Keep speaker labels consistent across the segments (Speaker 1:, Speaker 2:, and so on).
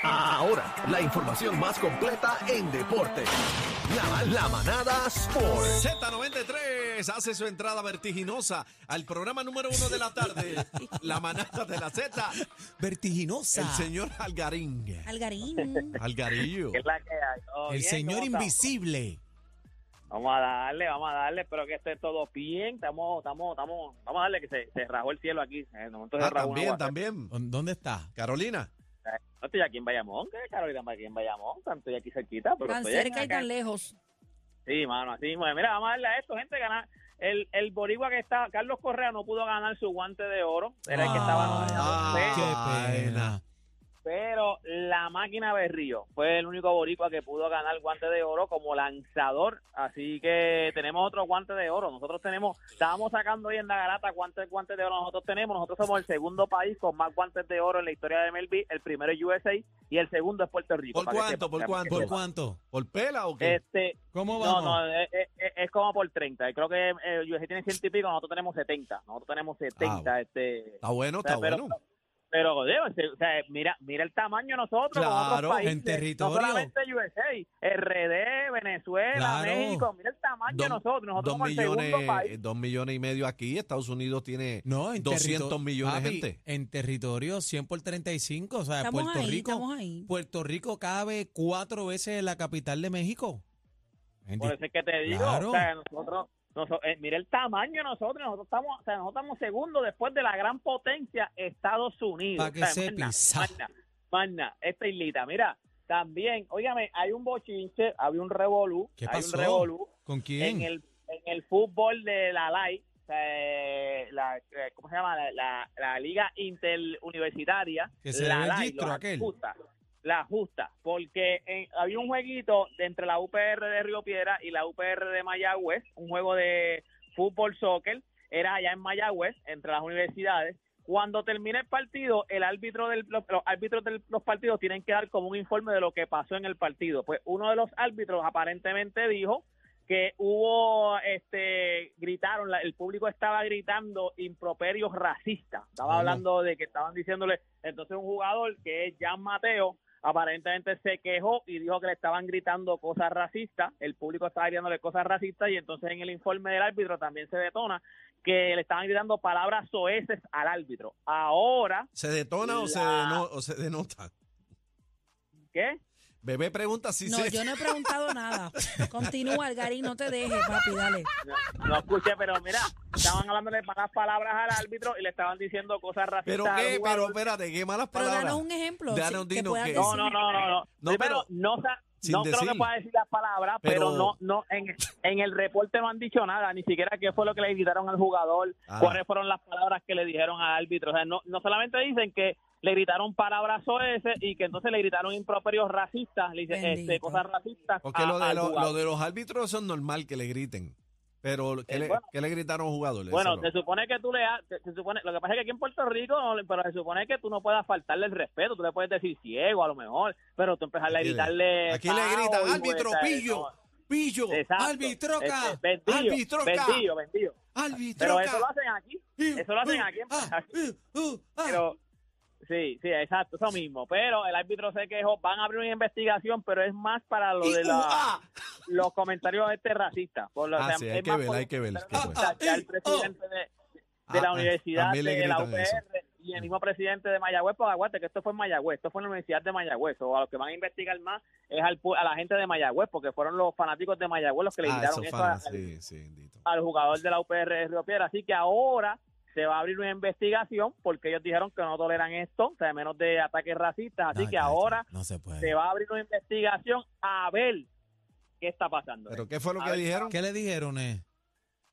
Speaker 1: Ahora, la información más completa en deporte. La, la manada Sport.
Speaker 2: Z93 hace su entrada vertiginosa al programa número uno de la tarde, La Manada de la Z,
Speaker 3: Vertiginosa.
Speaker 2: el señor Algarín.
Speaker 4: Algarín.
Speaker 2: Algarillo.
Speaker 5: ¿Qué es la que hay? ¿Todo
Speaker 3: El
Speaker 5: bien?
Speaker 3: señor
Speaker 5: ¿Cómo estamos?
Speaker 3: invisible.
Speaker 5: Vamos a darle, vamos a darle, espero que esté todo bien. Estamos, estamos, estamos, vamos a darle que se, se rajó el cielo aquí. En el momento se
Speaker 2: Ah,
Speaker 5: rajó
Speaker 2: también,
Speaker 5: una guasa.
Speaker 2: también.
Speaker 3: ¿Dó- ¿Dónde está?
Speaker 2: Carolina.
Speaker 5: No estoy aquí en Bayamón, ¿qué Carolina? Aquí en Bayamón, tan- estoy aquí cerquita. Pero
Speaker 4: Tan
Speaker 5: estoy
Speaker 4: cerca
Speaker 5: acá.
Speaker 4: y tan lejos.
Speaker 5: Sí, mano, así. mismo es. Mira, vamos a darle a esto, gente, ganar. El, el boricua que está, Carlos Correa, no pudo ganar su guante de oro. Era el que estaba nominado.
Speaker 2: Ay,
Speaker 5: pero-
Speaker 2: Ah,
Speaker 3: Qué pena.
Speaker 5: pero la máquina Berrío fue el único boricua que pudo ganar el guante de oro como lanzador, así que tenemos otro guante de oro. Nosotros tenemos, estábamos sacando hoy en la garata cuántos guantes de oro nosotros tenemos. Nosotros somos el segundo país con más guantes de oro en la historia de MLB, el primero es USA y el segundo es Puerto Rico.
Speaker 2: ¿Por
Speaker 5: para que
Speaker 2: cuánto,
Speaker 5: sepa,
Speaker 2: por
Speaker 5: para que
Speaker 2: cuánto?
Speaker 3: ¿Por
Speaker 5: sepa.
Speaker 3: cuánto?
Speaker 2: ¿Por pela o qué?
Speaker 5: Este,
Speaker 3: ¿Cómo
Speaker 5: no,
Speaker 3: vamos?
Speaker 5: no, es, es- es como por 30. Creo que eh, USA tiene 100 y pico, nosotros tenemos 70. Nosotros tenemos 70.
Speaker 2: Ah, bueno.
Speaker 5: este,
Speaker 2: Está bueno, está
Speaker 5: pero,
Speaker 2: bueno.
Speaker 5: Pero, Godeo, se- o sea, mira, mira el tamaño de nosotros. con otros
Speaker 2: Claro, en
Speaker 5: países,
Speaker 3: territorio.
Speaker 5: No solamente USA, RD, Venezuela,
Speaker 3: Claro.
Speaker 5: México. Mira el tamaño
Speaker 2: Dos-
Speaker 5: de nosotros. Nosotros
Speaker 2: Dos
Speaker 5: somos el segundo
Speaker 2: millones,
Speaker 5: país.
Speaker 2: dos millones y medio aquí. Estados Unidos tiene
Speaker 3: No, en
Speaker 2: 200
Speaker 3: territorio-
Speaker 2: millones de
Speaker 3: Papi,
Speaker 2: gente.
Speaker 3: En territorio 100 por 35. O sea,
Speaker 4: Estamos
Speaker 3: Puerto
Speaker 4: ahí,
Speaker 3: Rico.
Speaker 4: estamos ahí.
Speaker 3: Puerto Rico cabe cuatro veces en la capital de México. En
Speaker 5: Por
Speaker 3: di-
Speaker 5: eso es que te digo.
Speaker 3: Claro.
Speaker 5: O sea, nosotros. noso- eh, mira el tamaño de nosotros, nosotros estamos, o sea, nosotros estamos segundos después de la gran potencia Estados Unidos.
Speaker 3: Pa' que
Speaker 5: O sea,
Speaker 3: sepi,
Speaker 5: magna,
Speaker 3: sa.
Speaker 5: magna, magna, esta islita, mira, también, óigame, hay un bochinche, había un revolú,
Speaker 3: ¿Qué
Speaker 5: hay un
Speaker 3: pasó?
Speaker 5: revolú,
Speaker 3: ¿Con quién?
Speaker 5: en el, en el fútbol de la LAI, eh, la, eh, ¿cómo se llama? La, la- la Liga Interuniversitaria.
Speaker 3: Que se
Speaker 5: la
Speaker 3: debe el
Speaker 5: LAI,
Speaker 3: distro
Speaker 5: los
Speaker 3: aquel.
Speaker 5: Justa, la justa, porque eh, había un jueguito de entre la UPR de Río Piedra y la UPR de Mayagüez, un juego de fútbol soccer, era allá en Mayagüez, entre las universidades. Cuando termina el partido, el árbitro del, los, los árbitros de los partidos tienen que dar como un informe de lo que pasó en el partido. Pues uno de los árbitros aparentemente dijo que hubo, este, gritaron, la- el público estaba gritando improperios racistas. Estaba
Speaker 3: ¿Cómo?
Speaker 5: hablando de que estaban diciéndole, entonces un jugador que es Jan Mateo, aparentemente se quejó y dijo que le estaban gritando cosas racistas, el público estaba gritándole cosas racistas y entonces en el informe del árbitro también se detona que le estaban gritando palabras soeces al árbitro. Ahora,
Speaker 2: ¿Se detona o, se
Speaker 5: La-
Speaker 2: deno- o se denota?
Speaker 5: ¿qué?
Speaker 2: Bebé pregunta si
Speaker 4: No,
Speaker 2: se...
Speaker 4: yo no he preguntado nada. Continúa, Algarín, no te dejes, papi, dale.
Speaker 5: No, no escuché, pero mira, estaban hablándole malas palabras al árbitro y le estaban diciendo cosas racistas.
Speaker 2: Pero
Speaker 5: al
Speaker 2: qué, pero
Speaker 5: jugador.
Speaker 2: espérate, qué malas
Speaker 4: Pero
Speaker 2: palabras.
Speaker 4: danos un ejemplo.
Speaker 2: Danos,
Speaker 4: sí, que
Speaker 2: dinos
Speaker 4: puedas
Speaker 2: qué.
Speaker 5: No,
Speaker 4: decir.
Speaker 5: no, no, no, no.
Speaker 2: No,
Speaker 5: Primero,
Speaker 2: pero-
Speaker 5: no, sa-
Speaker 2: sin
Speaker 5: no creo
Speaker 2: decir.
Speaker 5: que pueda decir las palabras, pero,
Speaker 2: Pero-
Speaker 5: no, no, en, en el reporte no han dicho nada, ni siquiera qué fue lo que le gritaron al jugador,
Speaker 2: Ah.
Speaker 5: cuáles fueron las palabras que le dijeron al árbitro. O sea, no, no solamente dicen que le gritaron palabras ese y que entonces le gritaron improperios racistas, le dicen
Speaker 4: Bendito.
Speaker 5: este, cosas racistas.
Speaker 2: Porque
Speaker 5: a-
Speaker 2: lo, de
Speaker 5: al
Speaker 2: lo,
Speaker 5: jugador.
Speaker 2: lo de los árbitros eso es normal que le griten. Pero ¿qué,
Speaker 5: Eh,
Speaker 2: le,
Speaker 5: bueno.
Speaker 2: qué le gritaron los jugadores?
Speaker 5: Bueno,
Speaker 2: Eso no.
Speaker 5: se supone que tú le ha- se- se supone, lo que pasa es que aquí en Puerto Rico, no le- pero se supone que tú no puedas faltarle el respeto, tú le puedes decir ciego a lo mejor, pero tú empezaste a
Speaker 2: Aquí le-
Speaker 5: gritarle.
Speaker 2: aquí le
Speaker 5: pao
Speaker 2: gritan,
Speaker 5: y,
Speaker 2: "Árbitro,
Speaker 5: pues,
Speaker 2: pillo".
Speaker 5: no,
Speaker 2: Pillo,
Speaker 5: Exacto.
Speaker 3: Albitroca.
Speaker 5: Este, Vendido,
Speaker 2: Albitroca.
Speaker 5: vendido, vendido. Pero eso lo
Speaker 2: albitroca.
Speaker 5: hacen aquí. Eso lo hacen aquí en
Speaker 3: ah,
Speaker 5: Puerto Rico.
Speaker 3: uh,
Speaker 5: Pero,
Speaker 2: Ah.
Speaker 5: sí, sí, exacto, eso mismo. Pero el árbitro se quejó, van a abrir una investigación, pero es más para lo de la, los comentarios este racistas. Por lo,
Speaker 2: Ah, sí, hay
Speaker 5: es
Speaker 2: que
Speaker 5: más
Speaker 2: ver,
Speaker 5: por-
Speaker 2: hay que ver qué
Speaker 5: Ya
Speaker 2: fue.
Speaker 5: el presidente de, de
Speaker 2: oh. Ah,
Speaker 5: la
Speaker 2: ah,
Speaker 5: universidad
Speaker 2: también le
Speaker 5: de la
Speaker 2: gritan
Speaker 5: UPR
Speaker 2: eso.
Speaker 5: y el mismo presidente de Mayagüez, pues aguante que esto fue en Mayagüez, esto fue en la Universidad de Mayagüez, o a los que van a investigar más es al, pu- a la gente de Mayagüez, porque fueron los fanáticos de Mayagüez los que le
Speaker 2: Ah,
Speaker 5: gritaron
Speaker 2: esos
Speaker 5: eso
Speaker 2: fanas,
Speaker 5: a- al-
Speaker 2: sí, sí, bendito.
Speaker 5: al jugador de la UPR de Río Piedra. Así que ahora se va a abrir una investigación porque ellos dijeron que no toleran esto, o sea, menos de ataques racistas. Así
Speaker 3: No,
Speaker 5: que
Speaker 3: chacho,
Speaker 5: ahora
Speaker 3: No se puede.
Speaker 5: se va a abrir una investigación a ver qué está pasando.
Speaker 2: ¿Pero qué fue lo
Speaker 5: A
Speaker 2: que
Speaker 5: ver,
Speaker 2: dijeron?
Speaker 3: ¿Qué le dijeron? eh?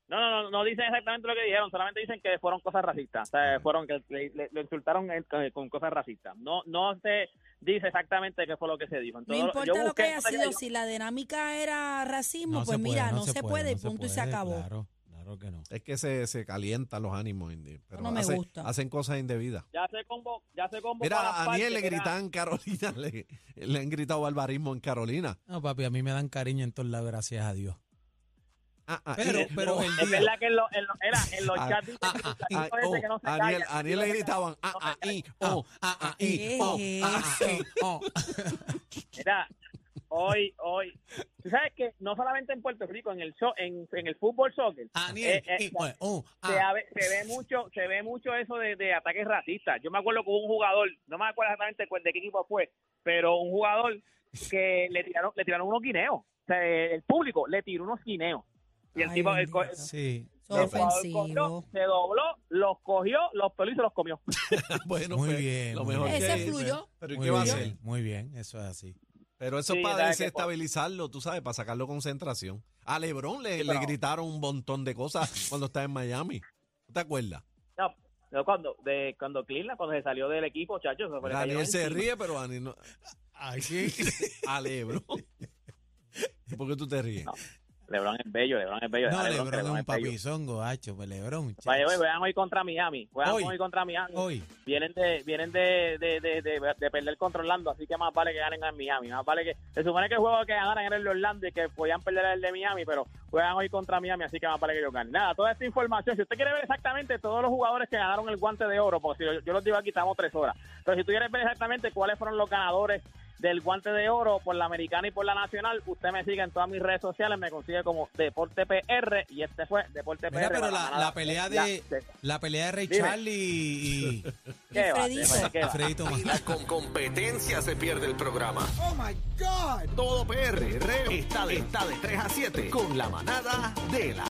Speaker 5: No, no, no, no dicen exactamente lo que dijeron, solamente dicen que fueron cosas racistas, o sea,
Speaker 2: Ok.
Speaker 5: fueron que le, le- lo insultaron en- con, con cosas racistas. No, no se dice exactamente qué fue lo que se dijo.
Speaker 4: No
Speaker 5: Entonces,
Speaker 4: importa
Speaker 5: yo
Speaker 4: lo que
Speaker 5: busqué-
Speaker 4: haya sido, si la dinámica era racismo,
Speaker 3: No
Speaker 4: pues
Speaker 3: se puede,
Speaker 4: mira,
Speaker 3: no,
Speaker 4: se puede,
Speaker 3: no se
Speaker 4: punto y se
Speaker 3: puede,
Speaker 4: acabó.
Speaker 3: Claro, claro que no.
Speaker 2: Es que se, se calientan los ánimos. Indy, Pero
Speaker 4: no me
Speaker 2: hacen,
Speaker 4: gusta.
Speaker 2: hacen cosas indebidas.
Speaker 5: Ya se convocó, ya se convocó
Speaker 2: Mira,
Speaker 5: a las
Speaker 2: a Aniel le
Speaker 5: partes, era-
Speaker 2: gritan Carolina, le, le han gritado barbarismo en Carolina.
Speaker 3: No, papi, a mí me dan cariño en todos lados, gracias a Dios.
Speaker 2: ah, ah.
Speaker 3: Pero,
Speaker 2: Y-
Speaker 3: pero el
Speaker 5: Es
Speaker 3: día-
Speaker 5: verdad que en, los- en los- era, en los
Speaker 2: Ah,
Speaker 5: chats dice
Speaker 2: ah,
Speaker 5: que
Speaker 2: ah,
Speaker 5: usted
Speaker 2: ah,
Speaker 5: parece
Speaker 2: oh,
Speaker 5: que no se
Speaker 2: a
Speaker 5: calla,
Speaker 2: Aniel, a Aniel le
Speaker 5: no se calla.
Speaker 2: gritaban, ah, ah, y, oh, ah, ah, y,
Speaker 4: ¿Qué
Speaker 2: oh,
Speaker 4: es
Speaker 2: ah, ah, y, oh.
Speaker 5: Mira, hoy, hoy. Tú sabes que no solamente en Puerto Rico, en el so- en, en el fútbol soccer,
Speaker 3: Aniel,
Speaker 5: Eh, eh,
Speaker 3: y, bueno, oh,
Speaker 5: se,
Speaker 3: ah,
Speaker 5: ave- se ve mucho, se ve mucho eso de, de ataques racistas. Yo me acuerdo que hubo un jugador, no me acuerdo exactamente cu- de qué equipo fue, pero un jugador que le tiraron, le tiraron unos guineos. O sea, el público le tiró unos guineos. Y el
Speaker 4: Ay,
Speaker 5: tipo, el co-
Speaker 4: bendito.
Speaker 3: sí.
Speaker 4: Son
Speaker 5: el jugador
Speaker 4: ofensivos.
Speaker 5: corrió, se dobló, los cogió, los peló y se los comió.
Speaker 2: Bueno,
Speaker 3: Muy
Speaker 2: pues,
Speaker 3: bien,
Speaker 2: lo
Speaker 3: muy
Speaker 2: mejor
Speaker 3: bien.
Speaker 2: que
Speaker 4: Ese
Speaker 2: hay,
Speaker 4: fluyó.
Speaker 2: Pero ¿y
Speaker 3: Muy
Speaker 2: qué va a
Speaker 3: bien,
Speaker 2: hacer?
Speaker 3: Muy bien, eso es así.
Speaker 2: Pero eso
Speaker 5: Sí,
Speaker 2: es
Speaker 5: ¿sabes
Speaker 2: para
Speaker 5: qué?
Speaker 2: desestabilizarlo, tú sabes, para sacarlo concentración. A Lebron le,
Speaker 5: Sí,
Speaker 2: le
Speaker 5: pero-
Speaker 2: gritaron un montón de cosas cuando estaba en Miami. ¿Tú te acuerdas?
Speaker 5: No, no, cuando, de, cuando Cleveland, cuando se salió del equipo, chachos, se fue, le cayeron
Speaker 2: Daniel se
Speaker 5: encima.
Speaker 2: ríe, pero Daniel no. A Lebron. ¿Por qué tú te ríes?
Speaker 5: No. Lebron es bello, Lebron es bello.
Speaker 3: No,
Speaker 5: Dale,
Speaker 3: Lebron
Speaker 5: que
Speaker 3: es un
Speaker 5: bello.
Speaker 3: papizongo, hacho, pues Lebron.
Speaker 5: este Vaya,
Speaker 3: chacho.
Speaker 5: hoy juegan hoy contra Miami. Juegan
Speaker 3: Hoy.
Speaker 5: hoy, contra Miami.
Speaker 3: Hoy.
Speaker 5: Vienen de vienen de, de, de, de, de perder contra Orlando, así que más vale que ganen a Miami. Más vale que se supone que el juego que ganan era el de Orlando y que podían perder era el de Miami, pero juegan hoy contra Miami, así que más vale que ellos ganen. Nada, toda esta información, si usted quiere ver exactamente todos los jugadores que ganaron el guante de oro, porque si yo, yo los digo aquí estamos tres horas, pero si tú quieres ver exactamente cuáles fueron los ganadores del guante de oro por la americana y por la nacional, usted me sigue en todas mis redes sociales, me consigue como Deporte PR y este fue Deporte
Speaker 3: Mira,
Speaker 5: PR.
Speaker 3: pero
Speaker 5: para
Speaker 3: la-
Speaker 5: ganar
Speaker 3: la pelea de-
Speaker 5: la-
Speaker 3: La pelea de Ray
Speaker 5: Dime.
Speaker 3: Charlie y,
Speaker 5: ¿Qué va?
Speaker 4: Fredito.
Speaker 5: ¿Qué va?
Speaker 3: y Alfredito Tomás.
Speaker 1: La con competencia se pierde el programa. Oh my God. Todo PR está de, está de 3 a 7 con la manada de la